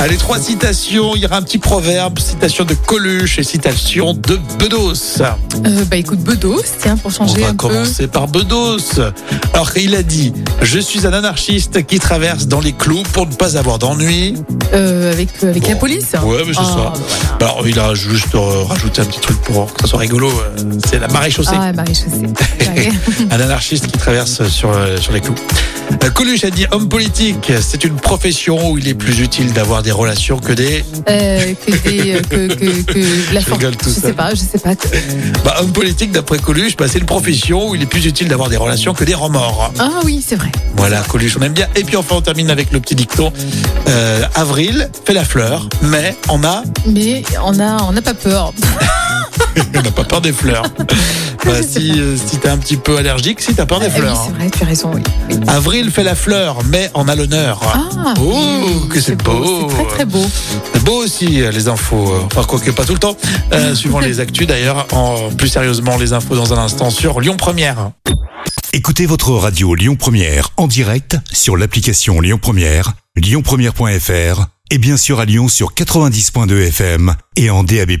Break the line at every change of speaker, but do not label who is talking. Allez, trois citations. Il y aura un petit proverbe, citation de Coluche et citation de Bedos.
Euh, bah écoute, Bedos, tiens, pour
On
changer
va
un peu.
commencer par Bedos. Alors, il a dit Je suis un anarchiste qui traverse dans les clous pour ne pas avoir d'ennui.
Euh, avec euh, avec la
Bon.
police
Ouais, mais c'est
Ah,
ça.
bah voilà.
Alors, il a juste euh, rajouté un petit truc pour que ça soit rigolo. Euh, C'est la marée chaussée.
Ah, Marie Chaussée. Ouais.
un anarchiste qui traverse sur, euh, sur les clous. Euh, Coluche a dit Homme politique, c'est une profession où il est plus utile d'avoir des relations que des.
Euh, que des. euh, que, que, que la
Je
forme.
rigole tout
je
seul.
sais pas, je sais pas.
Bah, homme politique, d'après Coluche, bah, c'est une profession où il est plus utile d'avoir des relations que des remords.
Ah oui, c'est vrai.
Voilà, Coluche, on aime bien. Et puis enfin, on termine avec le petit dicton. Euh, avril fait la fleur, mais on a,
Mais on a, on n'a pas peur.
on n'a pas peur des fleurs. Bah, si euh, si t'es un petit peu allergique, si t'as peur des
Ah oui,
fleurs.
c'est vrai, tu as raison, oui.
hein. Avril fait la fleur, mais on a l'honneur.
Ah,
Oh, que c'est beau.
C'est très très beau.
C'est beau aussi, euh, les infos. euh, Enfin, quoique pas tout le temps. Euh, suivant les actus, d'ailleurs. En- Plus sérieusement, les infos dans un instant sur Lyon Première.
Écoutez votre radio Lyon Première en direct sur l'application Lyon Première, lyonpremière.fr et bien sûr à Lyon sur 90.2 FM et en DAB+.